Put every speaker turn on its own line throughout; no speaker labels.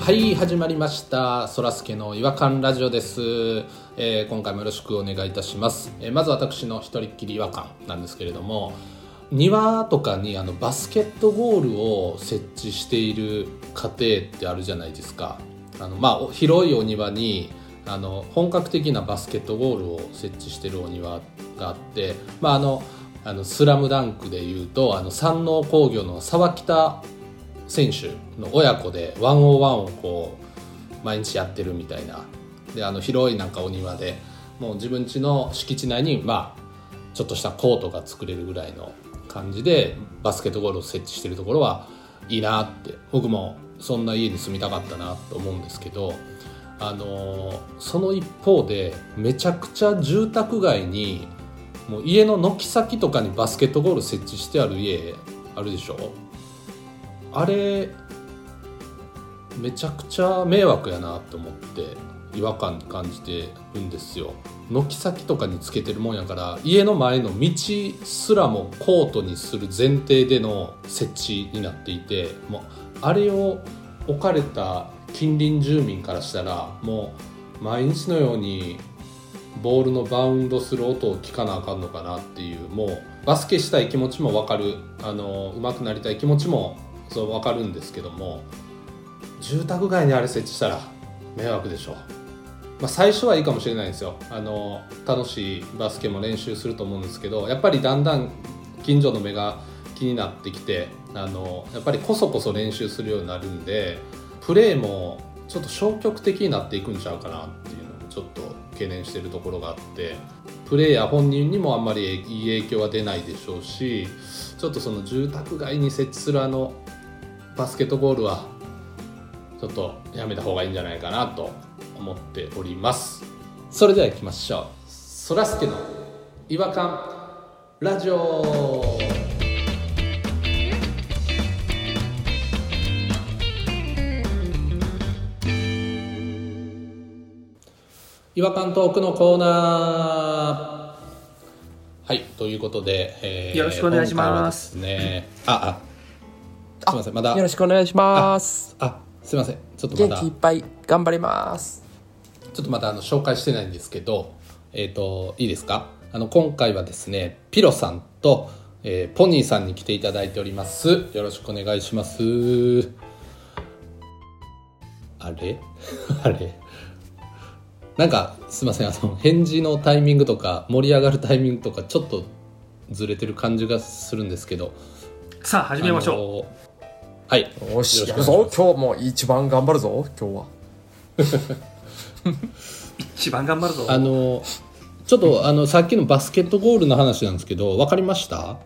はい始まりましたそらすけの違和感ラジオです、えー今回もよろしくお願いいたします、えーまず私の一人っきり違和感なんですけれども庭とかにあのバスケットゴールを設置している家庭ってあるじゃないですかあのまあお広いお庭にあの本格的なバスケットゴールを設置してるお庭があってまああのあのスラムダンクでいうとあの山王工業の沢北選手の親子で101をこう毎日やってるみたいなであの広いなんかお庭でもう自分家の敷地内にまあちょっとしたコートが作れるぐらいの感じでバスケットゴールを設置してるところはいいなって僕もそんな家に住みたかったなと思うんですけど、あのーその一方でめちゃくちゃ住宅街にもう家の軒先とかにバスケットゴール設置してある家あるでしょあれめちゃくちゃ迷惑やなと思って違和感感じてるんですよ軒先とかにつけてるもんやから家の前の道すらもコートにする前提での設置になっていてもうあれを置かれた近隣住民からしたらもう毎日のようにボールのバウンドする音を聞かなあかんのかなっていうもうバスケしたい気持ちも分かるあの上手くなりたい気持ちもそう分かるんですけども住宅街にあれ設置したら迷惑でしょう、まあ、最初はいいかもしれないんですよあの楽しいバスケも練習すると思うんですけどやっぱりだんだん近所の目が気になってきてあのやっぱりこそこそ練習するようになるんでプレーもちょっと消極的になっていくんちゃうかなっていうのもちょっと懸念してるところがあってプレイヤー本人にもあんまりいい影響は出ないでしょうしちょっとその住宅街に設置するあのバスケットボールはちょっとやめた方がいいんじゃないかなと思っておりますそれでは行きましょうそらすけの違和感ラジオ違和感トークのコーナーはいということで、え
よろしくお願いします
今回はですねああすいませんまだ
よろしくお願いします。
あすいませんちょっとま
元
だ
気いっ
ち
ぱい頑張ります。
ょっとまだあの紹介してないんですけどえっ、といいですかあの今回はですねピロさんと、えーポニーさんに来ていただいておりますよろしくお願いしますあれ あれなんかすいませんあの返事のタイミングとか盛り上がるタイミングとかちょっとずれてる感じがするんですけど
さあ始めましょ
うはい
よし、
よ
や
ろしくお願
るぞ
いします
今日も一番頑張るぞ今日は。
う。一番頑張るぞ。
あのちょっとあのさっきのバスケットゴールの話なんですけど分かりました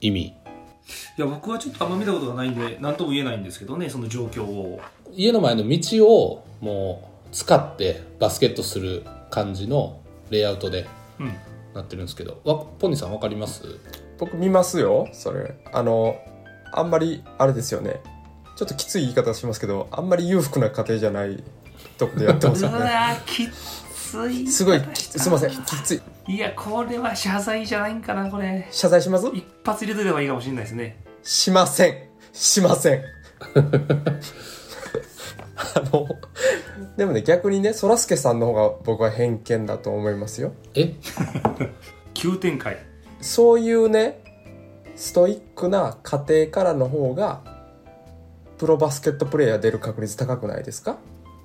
意味
いや僕はちょっとあんま見たことがないんで何とも言えないんですけどねその状況を。
家の前の道をもう使ってバスケットする感じのレイアウトで
うん。
なってるんですけどわポニーさん分かります
僕見ますよ、それ。あの、あんまり、あれですよね。ちょっときつい言い方しますけど、あんまり裕福な家庭じゃないとこでやってますよ ね。
きつい
すごいきつ、すいません、きつい。
いやこれは謝罪じゃないんかなこれ。
謝罪します
一発入れとけばいいかもしれないですね。
しません。しません。 あの、でもね、逆にね、そらすけさんの方が僕は偏見だと思いますよ。
え
急展開。
そういうね、ストイックな家庭からの方が、プロバスケットプレイヤー出る確率高くないですか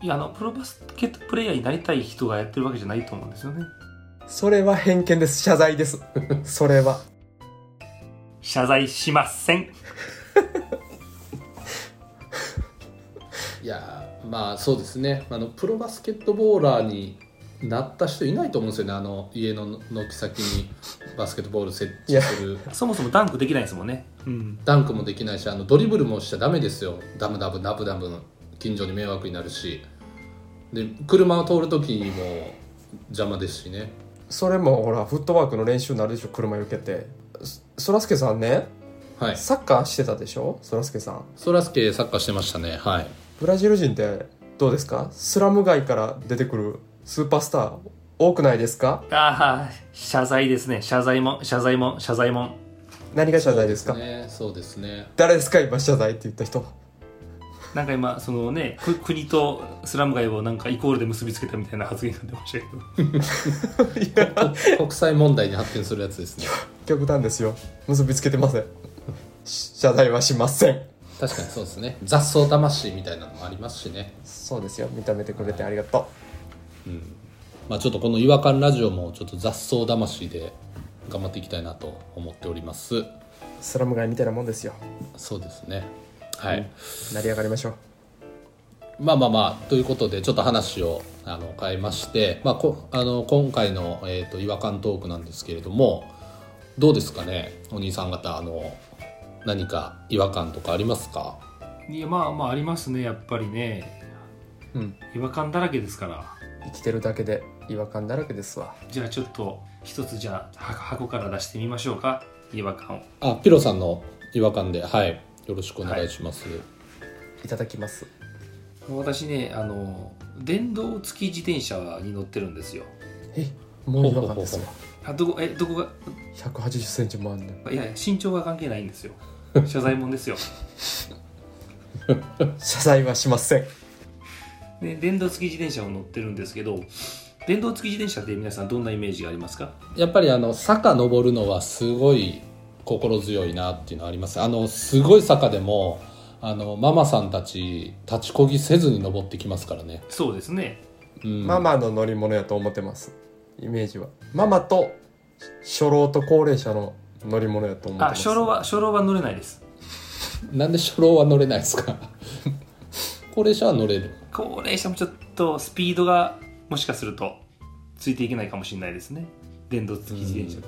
いやあのプロバスケットプレイヤーになりたい人がやってるわけじゃないと思うんですよね。
それは偏見です。謝罪です。 それは。
謝罪しません。
いやーまあそうですねあのプロバスケットボーラーになった人いないと思うんですよねあの家の軒先にバスケットボール設置する
そもそもダンクできないですもんね。うん。
ダンクもできないしあのドリブルもしちゃダメですよダムダムダブダブの近所に迷惑になるしで車を通る時にも邪魔ですしね
それもほら、フットワークの練習になるでしょ、車避けて。そそらすけさんね、
はい
サッカーしてたでしょそらすけさん。
そらすけサッカーしてましたねはい
ブラジル人ってどうですかスラム街から出てくるスーパースター多くないですか
ああ謝罪ですね謝罪もん謝罪もん謝罪もん。
何が謝罪ですか
ねそうですね
誰ですか今謝罪って言った人。
なんか今そのねく国とスラム街をなんかイコールで結びつけたみたいな発言が出ましたけど
国国際問題に発展するやつですね
極端ですよ結びつけてませんし謝罪はしません
確かにそうですね雑草魂みたいなのもありますしね
そうですよ認めてくれてありがと
まあちょっとこの違和感ラジオもちょっと雑草魂で頑張っていきたいなと思っております
うスラム街みたいなもんですよ
そうですねはい、
成り上がりましょう
まあまあまあということでちょっと話をあの変えまして、まあ、こあの今回の、えーと「違和感トーク」なんですけれどもどうですかねお兄さん方あの何か違和感とかありますか
いやまあまあありますねやっぱりね
うん
違和感だらけですから
生きてるだけで違和感だらけですわ
じゃあちょっと一つじゃあは箱から出してみましょうか違和感を
あピロさんの違和感ではいよろしくお願いします、
いただきます
私ねあの電動付き自転車に乗ってるんですよ
えもう違和感ですわ
あどこえどこが
1 8 0ンチもあんねん
いやいや身長が関係ないん ですよ謝罪もんですよ
謝罪はしません
で電動付き自転車を乗ってるんですけど電動付き自転車って皆さんどんなイメージがありますか
やっぱりあの坂登るのはすごい心強いなっていうのはありますあのすごい坂でもあのママさんたち立ちこぎせずに登ってきますからね、
そうですね
うん、
ママの乗り物やと思ってますイメージはママと初老と高齢者の乗り物やと思って
あ
ます
初老は初老は乗れないです
なんで初老は乗れないですか高齢者は乗れる
高齢者もちょっとスピードがもしかするとついていけないかもしれないですね電動付き自転車、
うん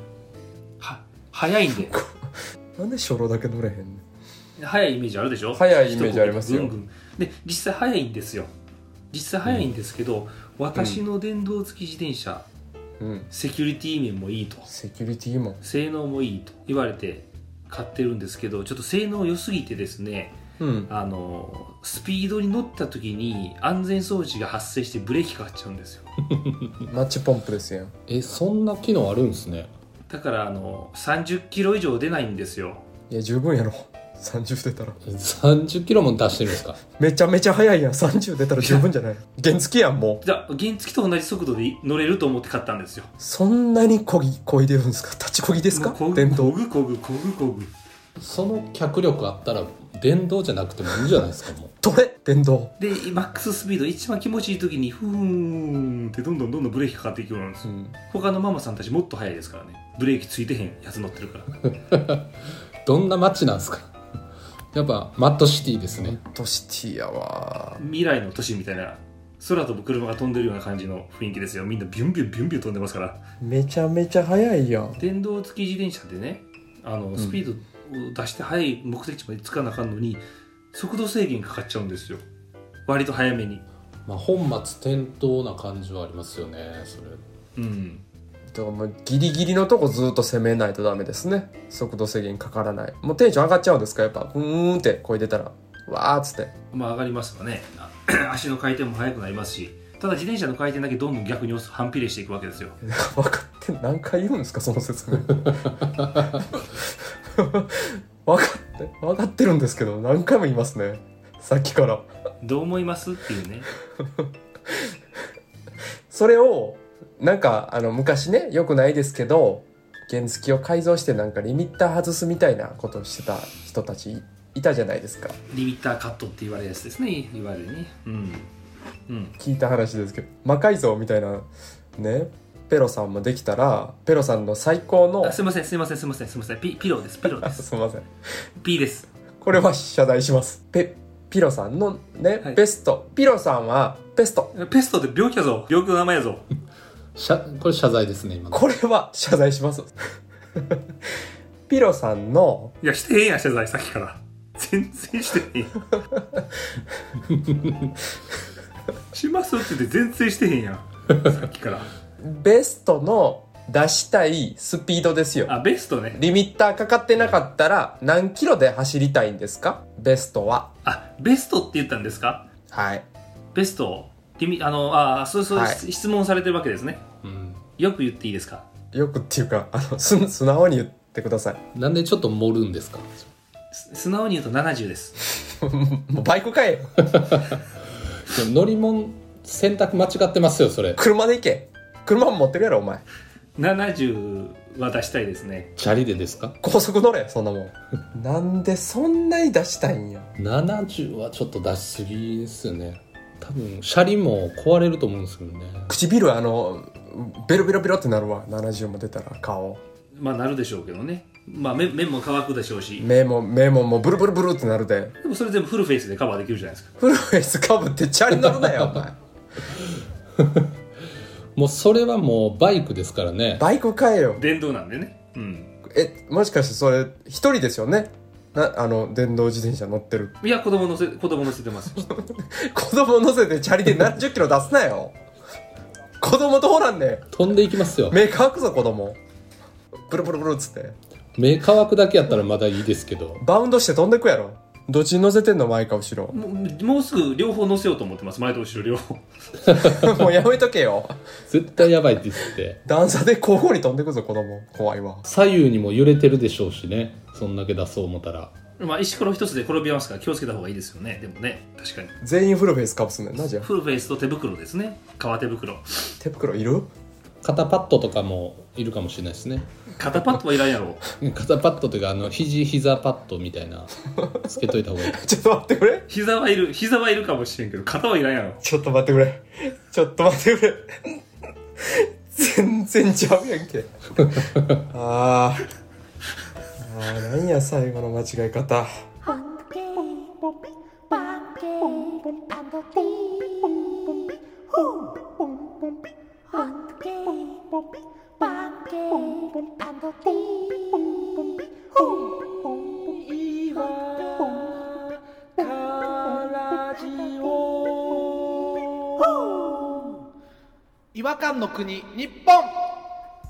は速いんで
なんで初老だけ乗れへんねん
速いイメージあるでしょ
速いイメージありますよ
一呼吸ぐんぐんで実際速いんですよ実際速いんですけど、私の電動付き自転車、
うん
セキュリティ面もいいと
セキュリティも
性能もいいと言われて買ってるんですけどちょっと性能良すぎてですね
うん
あのスピードに乗った時に安全装置が発生してブレーキかかっちゃうんですよ
マッチポンプですやん
えそんな機能あるんですね
だからあの30キロ以上出ないんですよ
いや十分やろ30出たら
30キロも出してるんですか
めちゃめちゃ速いやん30出たら十分じゃない原付やんもう
じゃあ原付と同じ速度で乗れると思って買ったんですよ
そんなにこぎこいでるんですか立ちこぎですか
こぐ
電
こ
動
ぐこぐこぐこぐ
その脚力あったら電動じゃなくてもいいんじゃないですかもう
どれ電動
でマックススピード一番気持ちいい時にふーんってどんどんどんどんブレーキかかっていくようなんです
う
よ
ん
他のママさんたちもっと速いですからねブレーキついてへんやつ乗ってるから
どんな街なんですかやっぱマッドシティですね
ドシティやわ
未来の都市みたいな空飛ぶ車が飛んでるような感じの雰囲気ですよみんなビュンビュンビュンビュン飛んでますから
めちゃめちゃ速いやん
電動付き自転車でねあのスピードを出して速い目的地まで着かなあかんのに、速度制限かかっちゃうんですよ割と早めに
まあ本末転倒な感じはありますよねそれ
うん
だからもうギリギリのとこずっと攻めないとダメですね速度制限かからないもうテンション上がっちゃうんですかやっぱうーんって声出たらわーっつって
まあ上がりますわね あ足の回転も速くなりますしただ自転車の回転だけどんどん逆に押す反比例していくわけですよ
分かって何回言うんですかその説明 分かって分かってるんですけど何回も言いますねさっきから
どう思いますっていうね
それをなんかあの昔ねよくないですけど原付を改造してなんかリミッター外すみたいなことをしてた人たちいたじゃないですか
リミッターカットって言われるやつですねいわゆるねうんうん
聞いた話ですけど魔改造みたいなねペロさんもできたらペロさんの最高の
あすいませんすいませんすいませんすいませんピピローですピローです
すみません
P です
これは謝罪しますペピロさんのね、
はい
ベストピロさんはベスト
ペストって病気やぞ病気の名前やぞ
しゃこれ謝罪ですね今の
これは謝罪します ピロさんの
いやしてへんやん謝罪さっきから全然してへんやん しますって言って全然してへんやんさっきから
ベストの出したいスピードですよ
あベストね
リミッターかかってなかったら何キロで走りたいんですかベストは
あベストって言ったんですか
はい
ベストをリミあのあそうそう、
はい
質問されてるわけですね
うん
よく言っていいですか
よくっていうかあのす素直に言ってください
なんでちょっと盛るんですか
す素直に言うと70です
もうバイク買え
でも乗り物選択間違ってますよそれ
車で行け車も持ってるやろお前
70は出したいですね
チャリでですか
高速乗れそんなもんなんでそんなに出したいんや
70はちょっと出しすぎですよね多分車輪も壊れると思うんですけどね
唇あのベロベロベロってなるわ70も出たら顔
まあなるでしょうけどねまあ目目も乾くでしょうし
目も目ももうブルブルブルってなるで
でもそれ全部フルフェイスでカバーできるじゃないですか
フルフェイスかぶってチャリ乗るなよお前
もうそれはもうバイクですからね
バイク買えよ
電動なんでねうん
えもしかしてそれ一人ですよねなあの電動自転車乗ってる
いや子供乗せ子供乗せてます
子供乗せてチャリで何十キロ出すなよ子供どうなんね
飛んでいきますよ
ん目乾くぞ子供ブルブルブルっつって
目乾くだけやったらまだいいですけど
バウンドして飛んでくやろどっちに乗せてんの前か後ろ
もうもうすぐ両方乗せようと思ってます前と後ろ両方
もうやめとけよ
絶対やばいって言って
段差で交互に飛んでくぞ子供怖いわ
左右にも揺れてるでしょうしねそんだけ出そう思ったら
まあ石ころ一つで転びますから気をつけた方がいいですよねでもね確かに
全員フルフェイスかぶすねんなじゃあ
フルフェイスと手袋ですね革手袋
手袋いる
肩パッドとかもいるかもしれないですね
肩パッドはいらんやろ
肩パッドというかあの肘膝パッドみたいなつけといた方がいい
ちょっと待ってくれ
膝はいる膝はいるかもしれんけど肩はいらんやろ
ちょっと待ってくれちょっと待ってくれ全然ちゃうやんけあーあーなんや最後の間違い方
Hunky,
違和感の国日本
は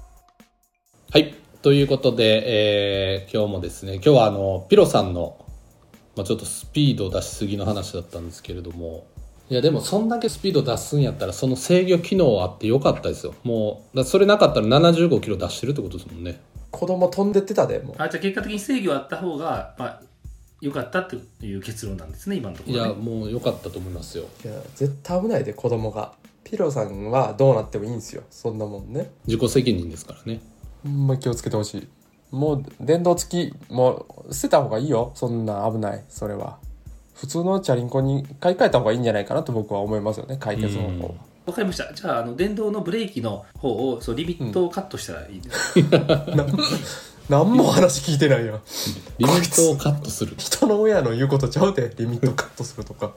いということで、えー今日もですね今日はあのピロさんの、まあ、ちょっとスピード出しすぎの話だったんですけれどもいやでもそんだけスピード出すんやったらその制御機能あってよかったですよもうだそれなかったら75キロ出してるってことですもんね
子供飛んでってたでもう
あじゃあ結果的に制御あった方が、まあ、良かったっていう結論なんですね今のとこ
い
ろ、ね、
やもうよかったと思いますよ
いや絶対危ないで子供がピロさんはどうなってもいいんですよそんなもんね
自己責任ですからね
ほんま気をつけてほしいもう電動付きもう捨てた方がいいよそんなん危ないそれは普通のチャリンコに買い替えた方がいいんじゃないかなと僕は思いますよね解決方法は
わかりましたじゃああの電動のブレーキの方をそうリミットをカットしたらいいです、
何も話聞いてないやん
リミットをカットする
人の親の言うことちゃうでリミットカットするとか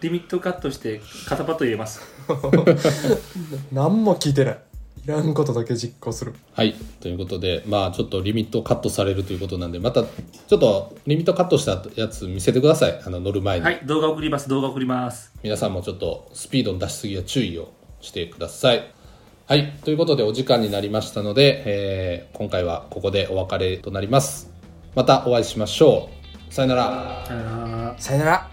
リミットをカットして肩パッド入れます
何も聞いてないいらんことだけ実行する
はいということでまあちょっとリミットカットされるということなんでまたちょっとリミットカットしたやつ見せてくださいあの乗る前に、
はい動画送ります動画送ります
皆さんもちょっとスピードの出しすぎは注意をしてくださいはいということでお時間になりましたので、えー今回はここでお別れとなりますまたお会いしましょうさよなら
さよなら
さよなら